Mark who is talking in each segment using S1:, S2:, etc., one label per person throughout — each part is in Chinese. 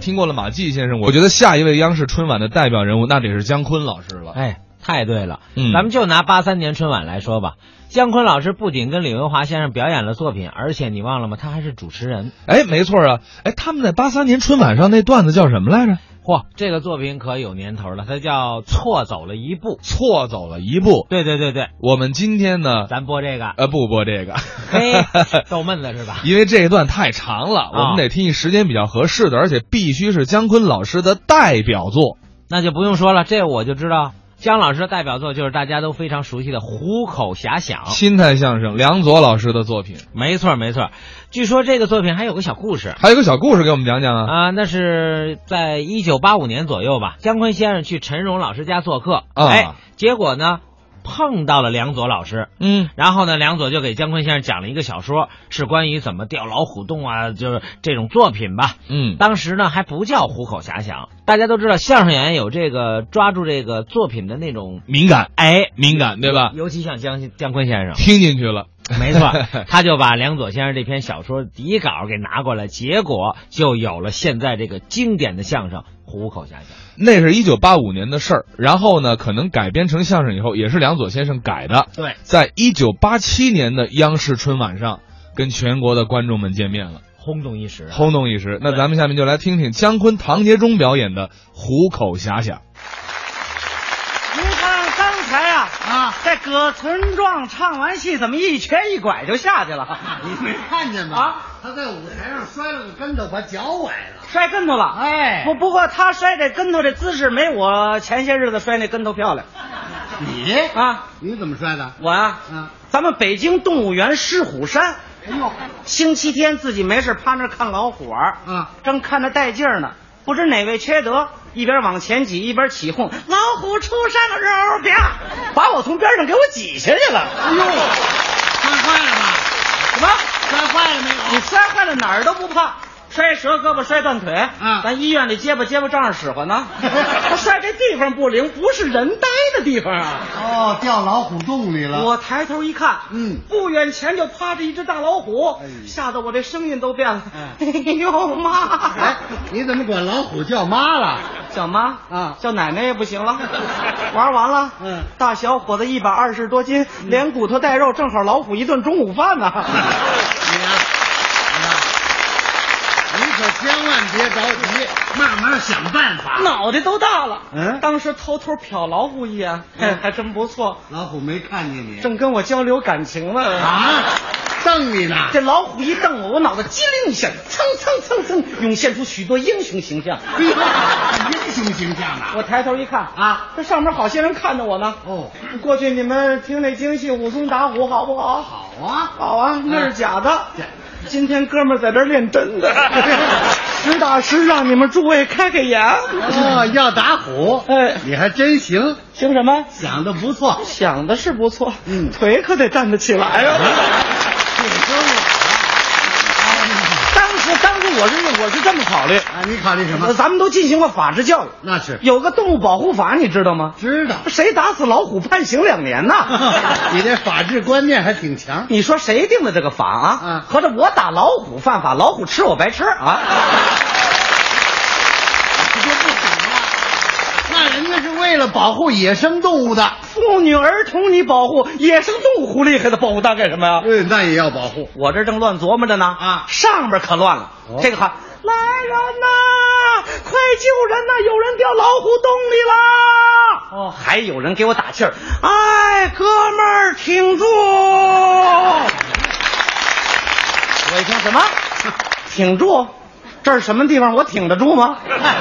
S1: 听过了马季先生，我觉得下一位央视春晚的代表人物，那得是姜昆老师了。
S2: 哎，太对了，
S1: 嗯
S2: 咱们就拿八三年春晚来说吧。姜昆老师不仅跟李文华先生表演了作品，而且你忘了吗？他还是主持人。
S1: 哎，没错啊，哎，他们在八三年春晚上那段子叫什么来着？
S2: 嚯，这个作品可有年头了，它叫《错走了一步》。
S1: 错走了一步。
S2: 对对对对，
S1: 我们今天呢，
S2: 咱播这个，
S1: 呃，不播这个，
S2: 嘿，逗闷子是吧？
S1: 因为这一段太长了，我
S2: 啊
S1: 们得听一时间比较合适的，而且必须是姜昆老师的代表作。
S2: 那就不用说了，这我就知道。姜老师的代表作就是大家都非常熟悉的《虎口遐想》。
S1: 新态相声梁左老师的作品，
S2: 没错没错，据说这个作品还有个小故事。
S1: 还有个小故事给我们讲讲啊。
S2: 啊，那是在一九八五年左右吧。姜昆先生去陈荣老师家做客，
S1: 啊
S2: 哎，结果呢碰到了梁左老师，
S1: 嗯，
S2: 然后呢梁左就给姜昆先生讲了一个小说，是关于怎么钓老虎洞啊，就是这种作品吧。
S1: 嗯，
S2: 当时呢还不叫虎口遐想，大家都知道相声演员有这个抓住这个作品的那种，
S1: 敏感，
S2: 哎，
S1: 敏感，对吧？
S2: 尤其像姜姜昆先生。
S1: 听进去了，
S2: 没错，他就把梁左先生这篇小说底稿给拿过来，结果就有了现在这个经典的相声《虎口遐想》。
S1: 那是一九八五年的事儿。然后呢，可能改编成相声以后，也是梁左先生改的。
S2: 对，
S1: 在一九八七年的央视春晚上，跟全国的观众们见面了，
S2: 轰动一时。啊
S1: 轰动一时。那咱们下面就来听听姜昆、唐杰忠表演的《虎口遐想》。
S3: 您看刚才啊
S4: 啊
S3: 在葛存壮唱完戏，怎么一瘸一拐就下去了？
S4: 你没看见吗？
S3: 啊，
S4: 他在舞台上摔了个跟头，把脚崴了。
S3: 摔跟头了？啊
S4: 哎
S3: 不不过他摔这跟头这姿势没我前些日子摔那跟头漂亮
S4: 哎你
S3: 啊！
S4: 你怎么摔的？
S3: 我啊，
S4: 嗯
S3: 咱们北京动物园狮虎山，
S4: 哎呦，
S3: 星期天自己没事趴那儿看老虎玩，
S4: 啊
S3: 正看着带劲儿呢，不知哪位缺德，一边往前挤一边起哄：“老虎出山了！”肉啪，把我从边上给我挤下去了。
S4: 哎呦，摔坏了吧？
S3: 什么？
S4: 摔坏了没
S3: 你
S4: 有？
S3: 摔坏了哪儿都不怕，摔折胳膊、摔断腿，
S4: 嗯
S3: 咱医院里结巴结巴仗使唤呢。 他摔这地方不灵，不是人待的地方啊！
S4: 哦，掉老虎洞里了。
S3: 我抬头一看，
S4: 嗯
S3: 不远前就趴着一只大老虎，
S4: 哎
S3: 吓得我这声音都变了。哎
S4: 嗯
S3: 呦妈！
S4: 哎，你怎么管老虎叫妈了？
S3: 叫妈
S4: 啊
S3: 叫奶奶也不行了。 玩完了，
S4: 嗯
S3: 大小伙子一百二十多斤，连骨头带肉，正好老虎一顿中午饭呢、
S4: 你呀、你呀、啊你可千万别着急，慢慢想办法。
S3: 脑袋都大了。
S4: 嗯
S3: 当时偷偷瞟老虎一眼，嘿，
S4: 嗯
S3: 还真不错，
S4: 老虎没看见你
S3: 正跟我交流感情呢。
S4: 啊，瞪你呢。
S3: 这老虎一瞪我，我脑袋机灵一下，蹭蹭蹭蹭，涌现出许多英雄形象。
S4: 哎呦英雄形象啊！
S3: 我抬头一看
S4: 啊，
S3: 这上面好些人看着我呢。
S4: 哦，
S3: 过去你们听那京戏武松打虎好不好？好。
S4: 好啊，
S3: 好啊，那是假的
S4: 假。
S3: 今天哥们儿在这儿练 真的，实打实让你们诸位开开眼。
S4: 哦，要打虎，
S3: 哎
S4: 你还真行，
S3: 行什么？
S4: 想的不错。
S3: 想的是不错，
S4: 嗯哎
S3: 腿可得站得起来啊呀、啊当时，当时我是我是这么考虑，
S4: 啊，你考虑什么
S3: 呃？咱们都进行过法制教育，
S4: 那是
S3: 有个动物保护法，你知道吗？
S4: 知道，
S3: 谁打死老虎判刑两年呐？
S4: 你这法治观念还挺强。
S3: 你说谁定的这个法啊？
S4: 嗯
S3: 合着我打老虎犯法，老虎吃我白吃啊？
S4: 这就不行了，那人家是为了保护野生动物的，
S3: 妇女儿童你保护，野生动物狐狸还得保护它干什么呀？
S4: 对，那也要保护。
S3: 我这正乱琢磨着呢，
S4: 啊
S3: 上边可乱了，
S4: 哦
S3: 这个喊来人呐，快救人呐，有人掉老虎洞里啦！
S4: 哦
S3: 还有人给我打气儿，哎，哥们儿挺住！我一听什么， 挺住。这是什么地方？我挺得住吗？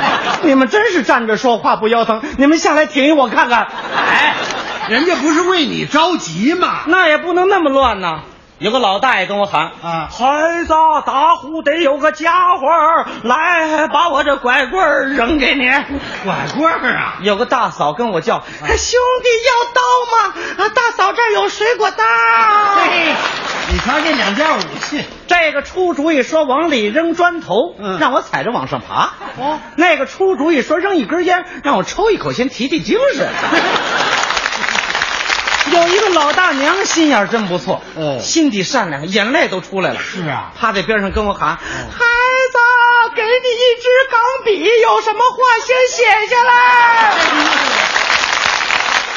S3: 你们真是站着说话不腰疼！你们下来挺一我看看。哎，
S4: 人家不是为你着急吗？
S3: 那也不能那么乱呐。有个老大爷跟我喊
S4: 啊
S3: 孩子打虎得有个家伙儿，来把我这拐棍儿扔给你。
S4: 拐棍儿啊！
S3: 有个大嫂跟我叫，哎兄弟要刀吗？啊，大嫂这儿有水果刀。
S4: 嘿，你瞧这两件武器，
S3: 这个出主意说往里扔砖头，
S4: 嗯
S3: 让我踩着往上爬。
S4: 哦
S3: 那个出主意说扔一根烟，让我抽一口先提提精神。有一个老大娘心眼儿真不错，
S4: 哦
S3: 心地善良，眼泪都出来了。
S4: 是啊
S3: 趴在边上跟我喊：“孩子，给你的一支钢笔，有什么话先写下来。
S4: 嗯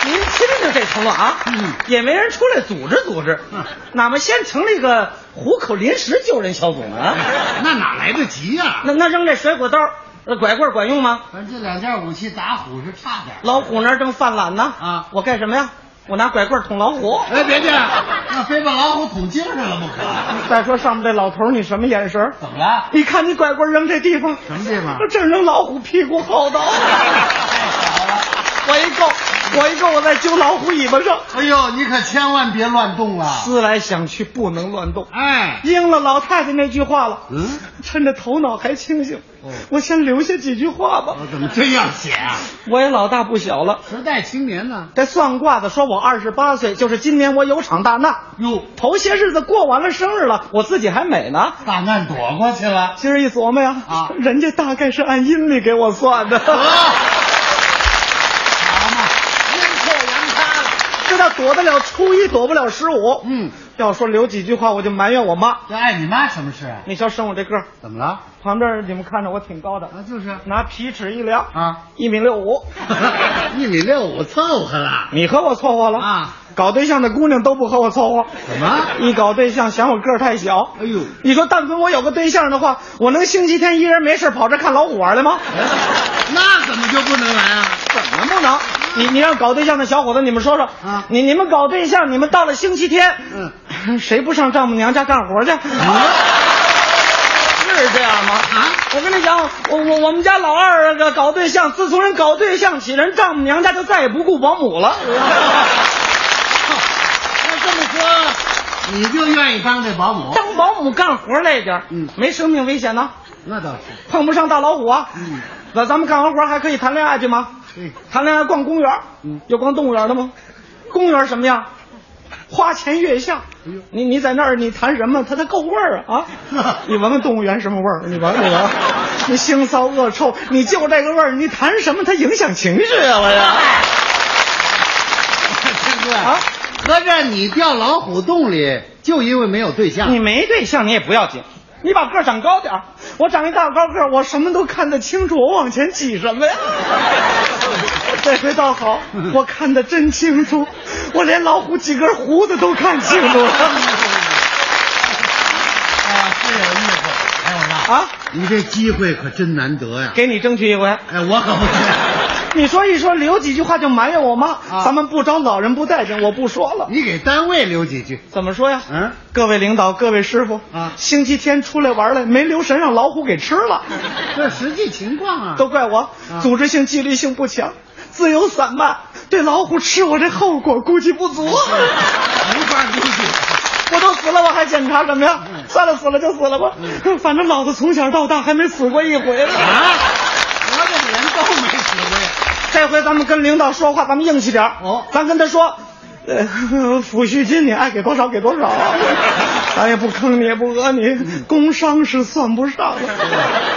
S3: 您听听这头了啊，
S4: 嗯
S3: 也没人出来组织组织，
S4: 嗯
S3: 哪们先成立个虎口临时救人小组呢？啊
S4: 那哪来得及呀、
S3: 那那扔这水果刀、呃拐棍儿管用吗？
S4: 反正这两件武器打虎是差点儿。
S3: 老虎那儿正犯懒呢，
S4: 啊
S3: 我干什么呀？我拿拐棍儿捅老虎。
S4: 哎，别介，那非把老虎捅精神了不可。
S3: 再说上面这老头儿，你什么眼神儿？
S4: 怎么了？
S3: 你看你拐棍扔这地方，
S4: 什么地方
S3: 我正扔老虎屁股 后头。我一够，我一够，我再揪老虎尾巴上。
S4: 哎呦，你可千万别乱动了。
S3: 思来想去，不能乱动。
S4: 哎，
S3: 应了老太太那句话了，
S4: 嗯，
S3: 趁着头脑还清醒
S4: 哦，嗯
S3: 我先留下几句话吧。
S4: 我哦怎么真要写啊？
S3: 我也老大不小了，
S4: 时代青年呢？
S3: 这算卦的说我二十八岁，就是今年我有场大难。
S4: 哟，
S3: 头些日子过完了生日了，我自己还美呢。
S4: 大难躲过去了。
S3: 今儿一琢磨呀，
S4: 啊
S3: 人家大概是按阴历给我算的。
S4: 得，好嘛，阴错阳差了。
S3: 知道躲得了初一，躲不了十五。
S4: 嗯，
S3: 要说留几句话，我就埋怨我妈。
S4: 这碍你妈什么事啊？
S3: 你瞧，生我这个儿，
S4: 怎么了？
S3: 旁边你们看着我挺高的，
S4: 啊，就是
S3: 拿皮尺一量，
S4: 啊，
S3: 一米六 五。
S4: 一米六五凑合了。
S3: 你和我凑合了
S4: 啊？
S3: 搞对象的姑娘都不和我凑合。
S4: 怎么
S3: 一搞对象嫌我个儿太小。
S4: 哎呦
S3: 你说，但凡我有个对象的话，我能星期天一人没事跑这看老虎玩来吗？
S4: 那怎么就不能来啊？
S3: 怎么不能？你你让搞对象的小伙子，你们说说
S4: 啊
S3: 你你们搞对象，你们到了星期天，嗯，谁不上丈母娘家干活去？
S4: 嗯
S3: 是这样吗？
S4: 啊
S3: 我跟你讲，我我我们家老二个搞对象，自从人搞对象起，人丈母娘家就再也不雇保姆了。
S4: 哦那这么说，你就愿意当这保姆？
S3: 当保姆干活累点儿，
S4: 嗯
S3: 没生命危险呢，
S4: 那倒是。
S3: 碰不上大老虎啊。
S4: 嗯，
S3: 那咱们干完活还可以谈恋爱去吗？
S4: 对，
S3: 谈恋爱逛公园，
S4: 嗯
S3: 有逛动物园的吗？公园什么样？花前月下
S4: 哎呦，！
S3: 你你在那儿你谈什么？它它够味儿啊啊 你闻闻动物园什么味儿？你闻闻闻，你腥臊恶臭，你就这个味儿，你谈什么？它影响情绪啊！我 呀，
S4: 天 哥
S3: 啊
S4: 合着你掉老虎洞里，就因为没有对象？
S3: 你没对象你也不要紧，你把个儿长高点儿。我长一大高个儿，我什么都看得清楚，我往前挤什 么呀？这回倒好，我看得真清楚，我连老虎几根胡子都看清楚 了。
S4: 啊，是有意思。哎，我说，
S3: 啊，
S4: 你这机会可真难得呀！
S3: 给你争取一回。
S4: 哎，我可不是，
S3: 你说一说，留几句话就埋怨我妈，
S4: 啊
S3: 咱们不招老人不待见，我不说了。
S4: 你给单位留几句。
S3: 怎么说呀？
S4: 嗯，
S3: 各位领导，各位师傅
S4: 啊
S3: 星期天出来玩来，没留神让老虎给吃了，
S4: 这实际情况啊。
S3: 都怪我
S4: 啊
S3: 组织性、纪律性不强，自由散漫，对老虎吃我这后果估计不足。
S4: 没法估计。
S3: 我都死了，我还检查什么呀？
S4: 嗯
S3: 算了，死了就死了吧，反正老子从小到大还没死过一回呢。
S4: 啊，活着的人都没死过呀。
S3: 这回咱们跟领导说话，咱们硬气点儿
S4: 哦
S3: 咱跟他说，呃，抚恤金你爱给多少给多少，咱也不坑你也不讹你，工伤是算不上的，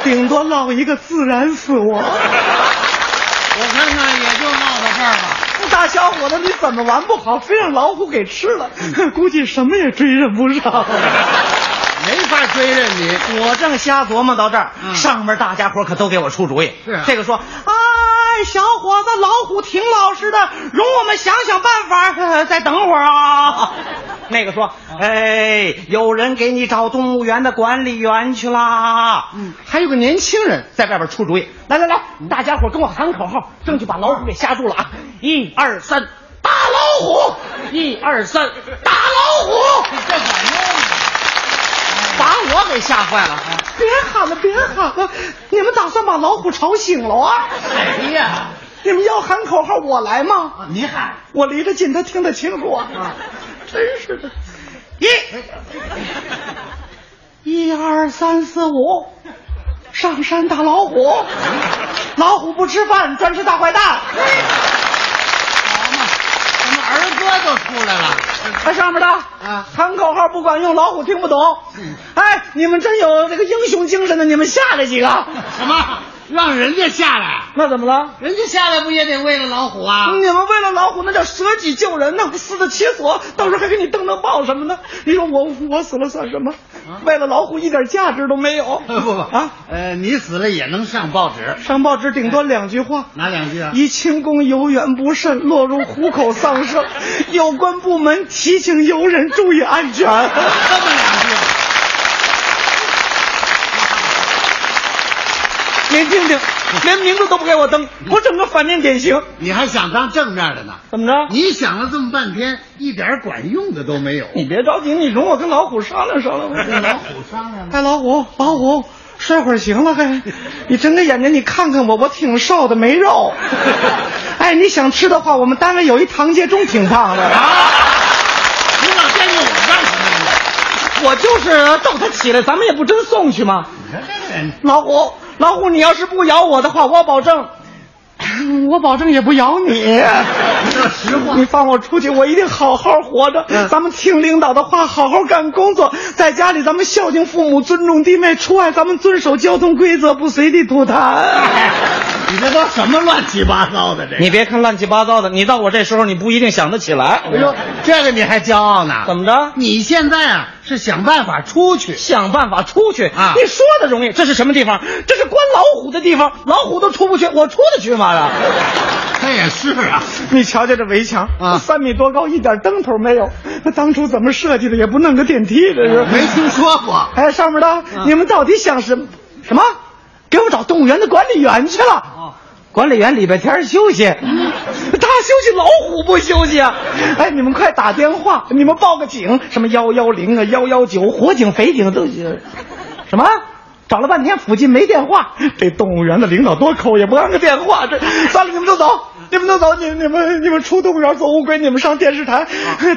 S3: 顶多落一个自然死亡。
S4: 我看看也就闹到这儿吧。
S3: 大小伙子，你怎么玩不好，非让老虎给吃了， 估计什么也追认不上。
S4: 没法追认你。
S3: 我正瞎琢磨到这儿，
S4: 嗯
S3: 上面大家伙可都给我出主意。
S4: 是啊
S3: 这个说，哎，小伙子，老虎挺老实的，容我们想想办法， 呃再等会儿啊。 那个说，哎，有人给你找动物园的管理员去啦。嗯，还有个年轻人在外边出主意，来来来，大家伙跟我喊口号，争取把老虎给吓住了啊！一二三，打老虎！一二三，打老虎！
S4: 这管用？
S3: 把我给吓坏了！别喊了，别喊了！你们打算把老虎吵醒了啊？
S4: 谁呀？
S3: 你们要喊口号，我来吗？
S4: 你喊。
S3: 我离得近，他听得清楚啊！真是的，一、一二三四五，上山打老虎，老虎不吃饭，专吃大坏蛋。
S4: 好嘛，怎么儿歌都出来了？
S3: 哎，上面的
S4: 啊
S3: 喊口号不管用，老虎听不懂。哎，你们真有这个英雄精神的，你们下来几个？
S4: 什么？让人家下来？
S3: 那怎么了？
S4: 人家下来不也得喂了老虎啊？
S3: 你们为了老虎那叫舍哎己救人呢，死得其所，到时候还给你登登报什么的。你说我我死了算什么？为了老虎一点价值都没有。
S4: 啊 哎不不
S3: 啊，
S4: 呃，你死了也能上报纸，
S3: 上报纸顶多两句话。
S4: 哪两句啊？
S3: 宜清宫游园不慎，落入虎口丧生。 有关部门提醒游人注意安全。
S4: 这么两句，啊
S3: 您听听，连名字都不给我登，我整个反面典型。
S4: 你还想当正面的呢？
S3: 怎么着？
S4: 你想了这么半天，一点管用的都没有。
S3: 你别着急，你容我跟老虎商量商量
S4: 跟
S3: 吧。
S4: 老虎商量吧。
S3: 哎，老虎，老虎，睡会儿行 了，嘿，你睁开眼睛，你看看我，我挺瘦的，没肉。 哎，你想吃的话，我们单位有一唐杰忠挺胖的，
S4: 啊你老惦记我干什么呀？
S3: 我就是逗他起来，咱们也不真送去吗？
S4: 你看这个人，
S3: 老虎，老虎，你要是不咬我的话，我保证， 我保证也不咬你。
S4: 这实话
S3: 你。放我出去，我一定好好活着。咱们听领导的话，好好干工作，在家里咱们孝敬父母，尊重弟妹；出外咱们遵守交通规则，不随地吐痰。
S4: 你这都什么乱七八糟的？这个
S3: 你别看乱七八糟的，你到我这时候，你不一定想得起来。
S4: 哎呦，这个你还骄傲呢？
S3: 怎么着？
S4: 你现在啊是想办法出去，
S3: 想办法出去
S4: 啊
S3: 你说的容易，这是什么地方？这是关老虎的地方，老虎都出不去，我出得去吗？啊！
S4: 这也是啊。
S3: 你瞧瞧这围墙
S4: 啊
S3: 三米多高，一点灯头没有。那当初怎么设计的？也不弄个电梯，这是。
S4: 没啊听说过，
S3: 哎，上面的，你们到底想什么？什么？给我找动物园的管理员去了。
S4: 哦
S3: 管理员礼拜天休息，他休息，老虎不休息啊！哎，你们快打电话，你们报个警，什么幺幺零啊、幺幺九，火警、匪警都是。什么？找了半天附近没电话，这动物园的领导多抠，也不按个电话。这算了，你们都走，你们都走，你你们你们出动物园做乌龟，你们上电视台，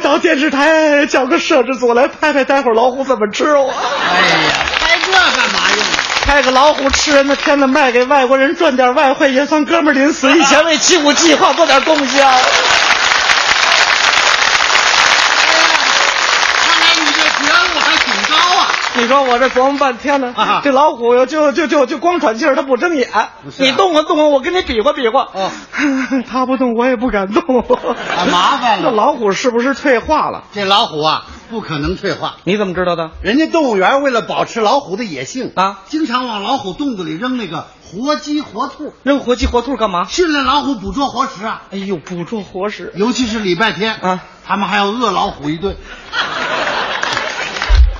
S3: 到电视台叫个摄制组来拍拍，待会儿老虎怎么吃
S4: 哎
S3: 我。
S4: 呀，拍这干嘛用啊？
S3: 拍个老虎吃人的片子卖给外国人赚点外汇，也算哥们儿临死以前为七五计划做点贡献。
S4: 看来你这觉悟还挺高啊。
S3: 你说我这琢磨半天呢，
S4: 啊
S3: 这老虎就就就就光喘气儿，它不睁眼。
S4: 是啊
S3: 你动我动我，我跟你比划比划。
S4: 哦，
S3: 它不动我也不敢动。啊
S4: 麻烦了
S3: 那老虎是不是退化了？
S4: 这老虎啊，不可能退化。
S3: 你怎么知道的？
S4: 人家动物园为了保持老虎的野性
S3: 啊，
S4: 经常往老虎洞子里扔那个活鸡、活兔，
S3: 扔活鸡活兔干嘛？
S4: 训练老虎捕捉活食啊。
S3: 哎呦，捕捉活食。
S4: 尤其是礼拜天
S3: 啊，
S4: 他们还要饿老虎一顿。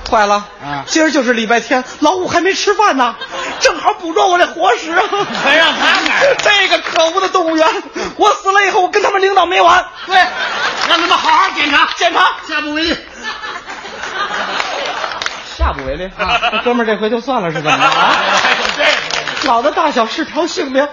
S3: 坏了，
S4: 啊
S3: 今儿就是礼拜天，老虎还没吃饭呢，正好捕捉我这活食啊！
S4: 还让他买
S3: 这个可恶的动物园，我死了以后，我跟他们领导没完。
S4: 对，让他们好好检查
S3: 检查，
S4: 下不为例。
S3: 下不为例啊！哥们儿，这回就算了是怎么着啊？老子大小是条性命，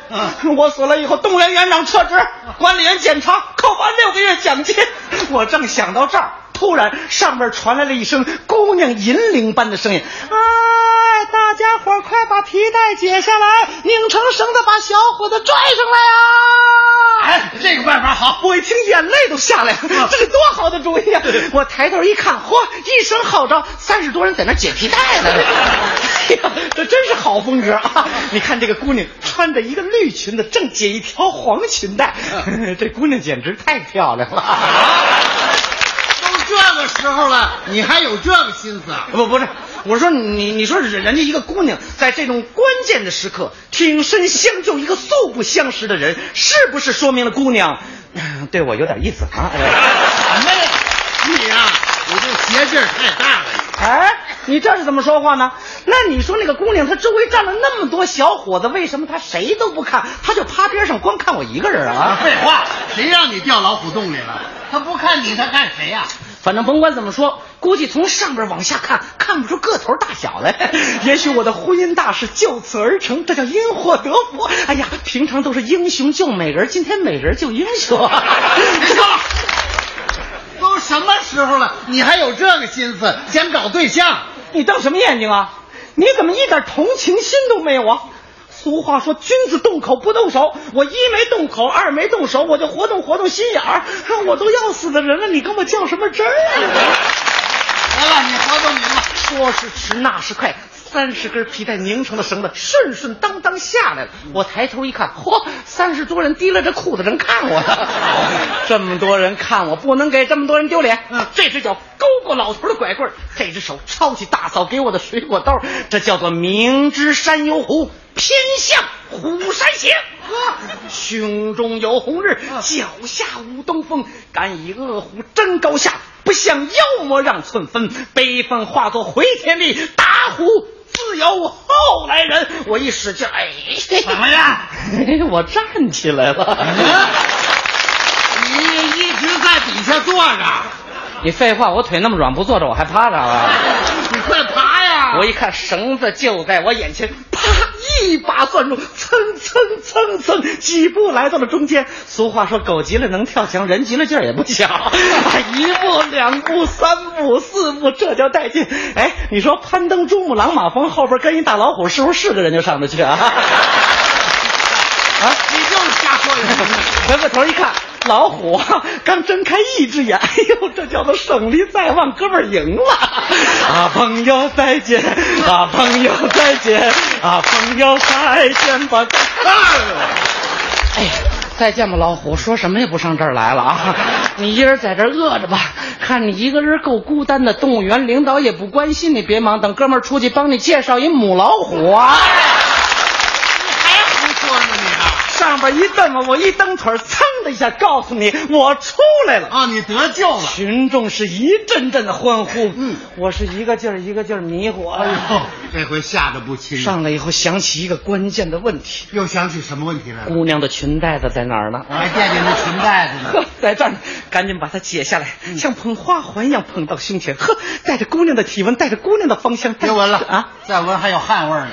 S3: 我死了以后，动物园园长撤职，管理员检查，扣完六个月奖金。嗯我正想到这儿，突然上面传来了一声姑娘银铃般的声音：“哎，大家伙儿快把皮带解下来，拧成绳子把小伙子拽上啊来呀、
S4: 哎，这个办法好。
S3: 我一听眼泪都下来了，这是多好的主意 啊！我抬头一看，嚯，一声号召，三十多人在那解皮带 呢。哎呀， 这真是好风格啊！你看这个姑娘穿着一个绿裙子，正解一条黄裙带，
S4: 嗯
S3: 这姑娘简直太漂亮了。
S4: 都这个时候了，你还有这个心思啊？
S3: 不不是，我说你你说人人家一个姑娘在这种关键的时刻挺身相救一个素不相识的人，是不是说明了姑娘 嗯对我有点意思啊？
S4: 什么呀？你呀、你这邪劲儿太大了。你
S3: 哎，你这是怎么说话呢？那你说那个姑娘，她周围站了那么多小伙子，为什么她谁都不看，她就趴边上光看我一个人啊？
S4: 废话，谁让你掉老虎洞里了？他不看你，他看谁呀、
S3: 反正甭管怎么说，估计从上边往下看，看不出个头大小 来。也许我的婚姻大事就此而成，这叫因祸得福。哎呀，平常都是英雄救美人，今天美人救英 雄。
S4: 别说了，都什么时候了，你还有这个心思想找对象？
S3: 你瞪什么眼睛啊？你怎么一点同情心都没有啊？俗话说，君子动口不动手。我一没动口，二没动手，我就活动活动心眼儿。我都要死的人了，你跟我较什么真儿啊？
S4: 来吧，你活动明白。
S3: 说时迟，那时快，三十根皮带拧成了绳子，顺顺当当下来了。我抬头一看，嚯，三十多人提拉着裤子 正看我呢。这么多人看我，不能给这么多人丢脸。这只脚高过老头的拐棍儿，这只手抄起大嫂给我的水果刀，这叫做明知山有虎，偏向虎山行。啊，胸中有红日，脚下无东风，敢以恶虎争高下，不向妖魔让寸分。悲愤化作回天力，打虎自有后来人。我一使劲，哎，
S4: 怎么样？
S3: 我站起来了。
S4: 你一直在底下坐着，
S3: 你废话，我腿那么软，不坐着我还趴着啊？
S4: 你快爬呀！
S3: 我一看绳子就在我眼前，啪一把攥住，蹭蹭蹭蹭，几步来到了中间。俗话说，狗急了能跳墙，人急了劲儿也不小。 哎一步、两步、三步、四步，这叫带劲。哎，你说攀登珠穆朗玛峰后边跟一大老虎，是不是是个人就上得去啊？ 啊！
S4: 你就是瞎说 人。
S3: 回过头一看，老虎啊，刚睁开一只眼，哎呦，这叫做胜利在望，哥们儿赢了！啊，朋友再见，啊，朋友再见，啊，朋友再见吧！哎呀，再见吧，老虎，说什么也不上这儿来了啊！你一人在这儿饿着吧，看你一个人够孤单的，动物园领导也不关心你，别忙，等哥们儿出去帮你介绍一母老虎啊！
S4: 还胡说呢哎你啊！
S3: 上边一蹬我，我一蹬腿儿，噌的一下，告诉你我出来了。
S4: 啊，你得救了。
S3: 群众是一阵阵的欢呼，嗯，我是一个劲儿一个劲儿迷糊。哎呦，
S4: 哦，这回吓得不轻。啊
S3: 上来以后想起一个关键的问题，
S4: 又想起什么问题来了？
S3: 啊姑娘的裙带子在哪儿呢？
S4: 还惦记那裙啊带子呢。嗯
S3: 呵，在这儿呢，赶紧把它解下来，像捧花环一样捧到胸前。呵，带着姑娘的体温，带着姑娘的芳香。
S4: 别闻了
S3: 啊！！
S4: 再闻还有汗味儿呢。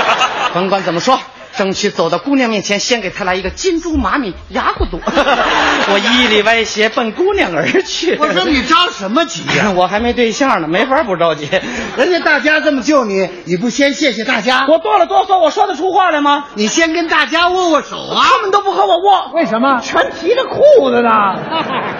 S3: 甭管怎么说，争取走到姑娘面前，先给她来一个金猪马米牙骨 朵。我一里歪斜奔姑娘而去。
S4: 我说你着什么急 呀、
S3: 我还没对象呢，没法不着 急。
S4: 人家大家这么救你，你不先谢谢大家？
S3: 我哆了哆嗦，我说得出话来吗？
S4: 你先跟大家握握手啊！
S3: 他们都不和我握，
S5: 为什么？
S3: 全提着裤子呢。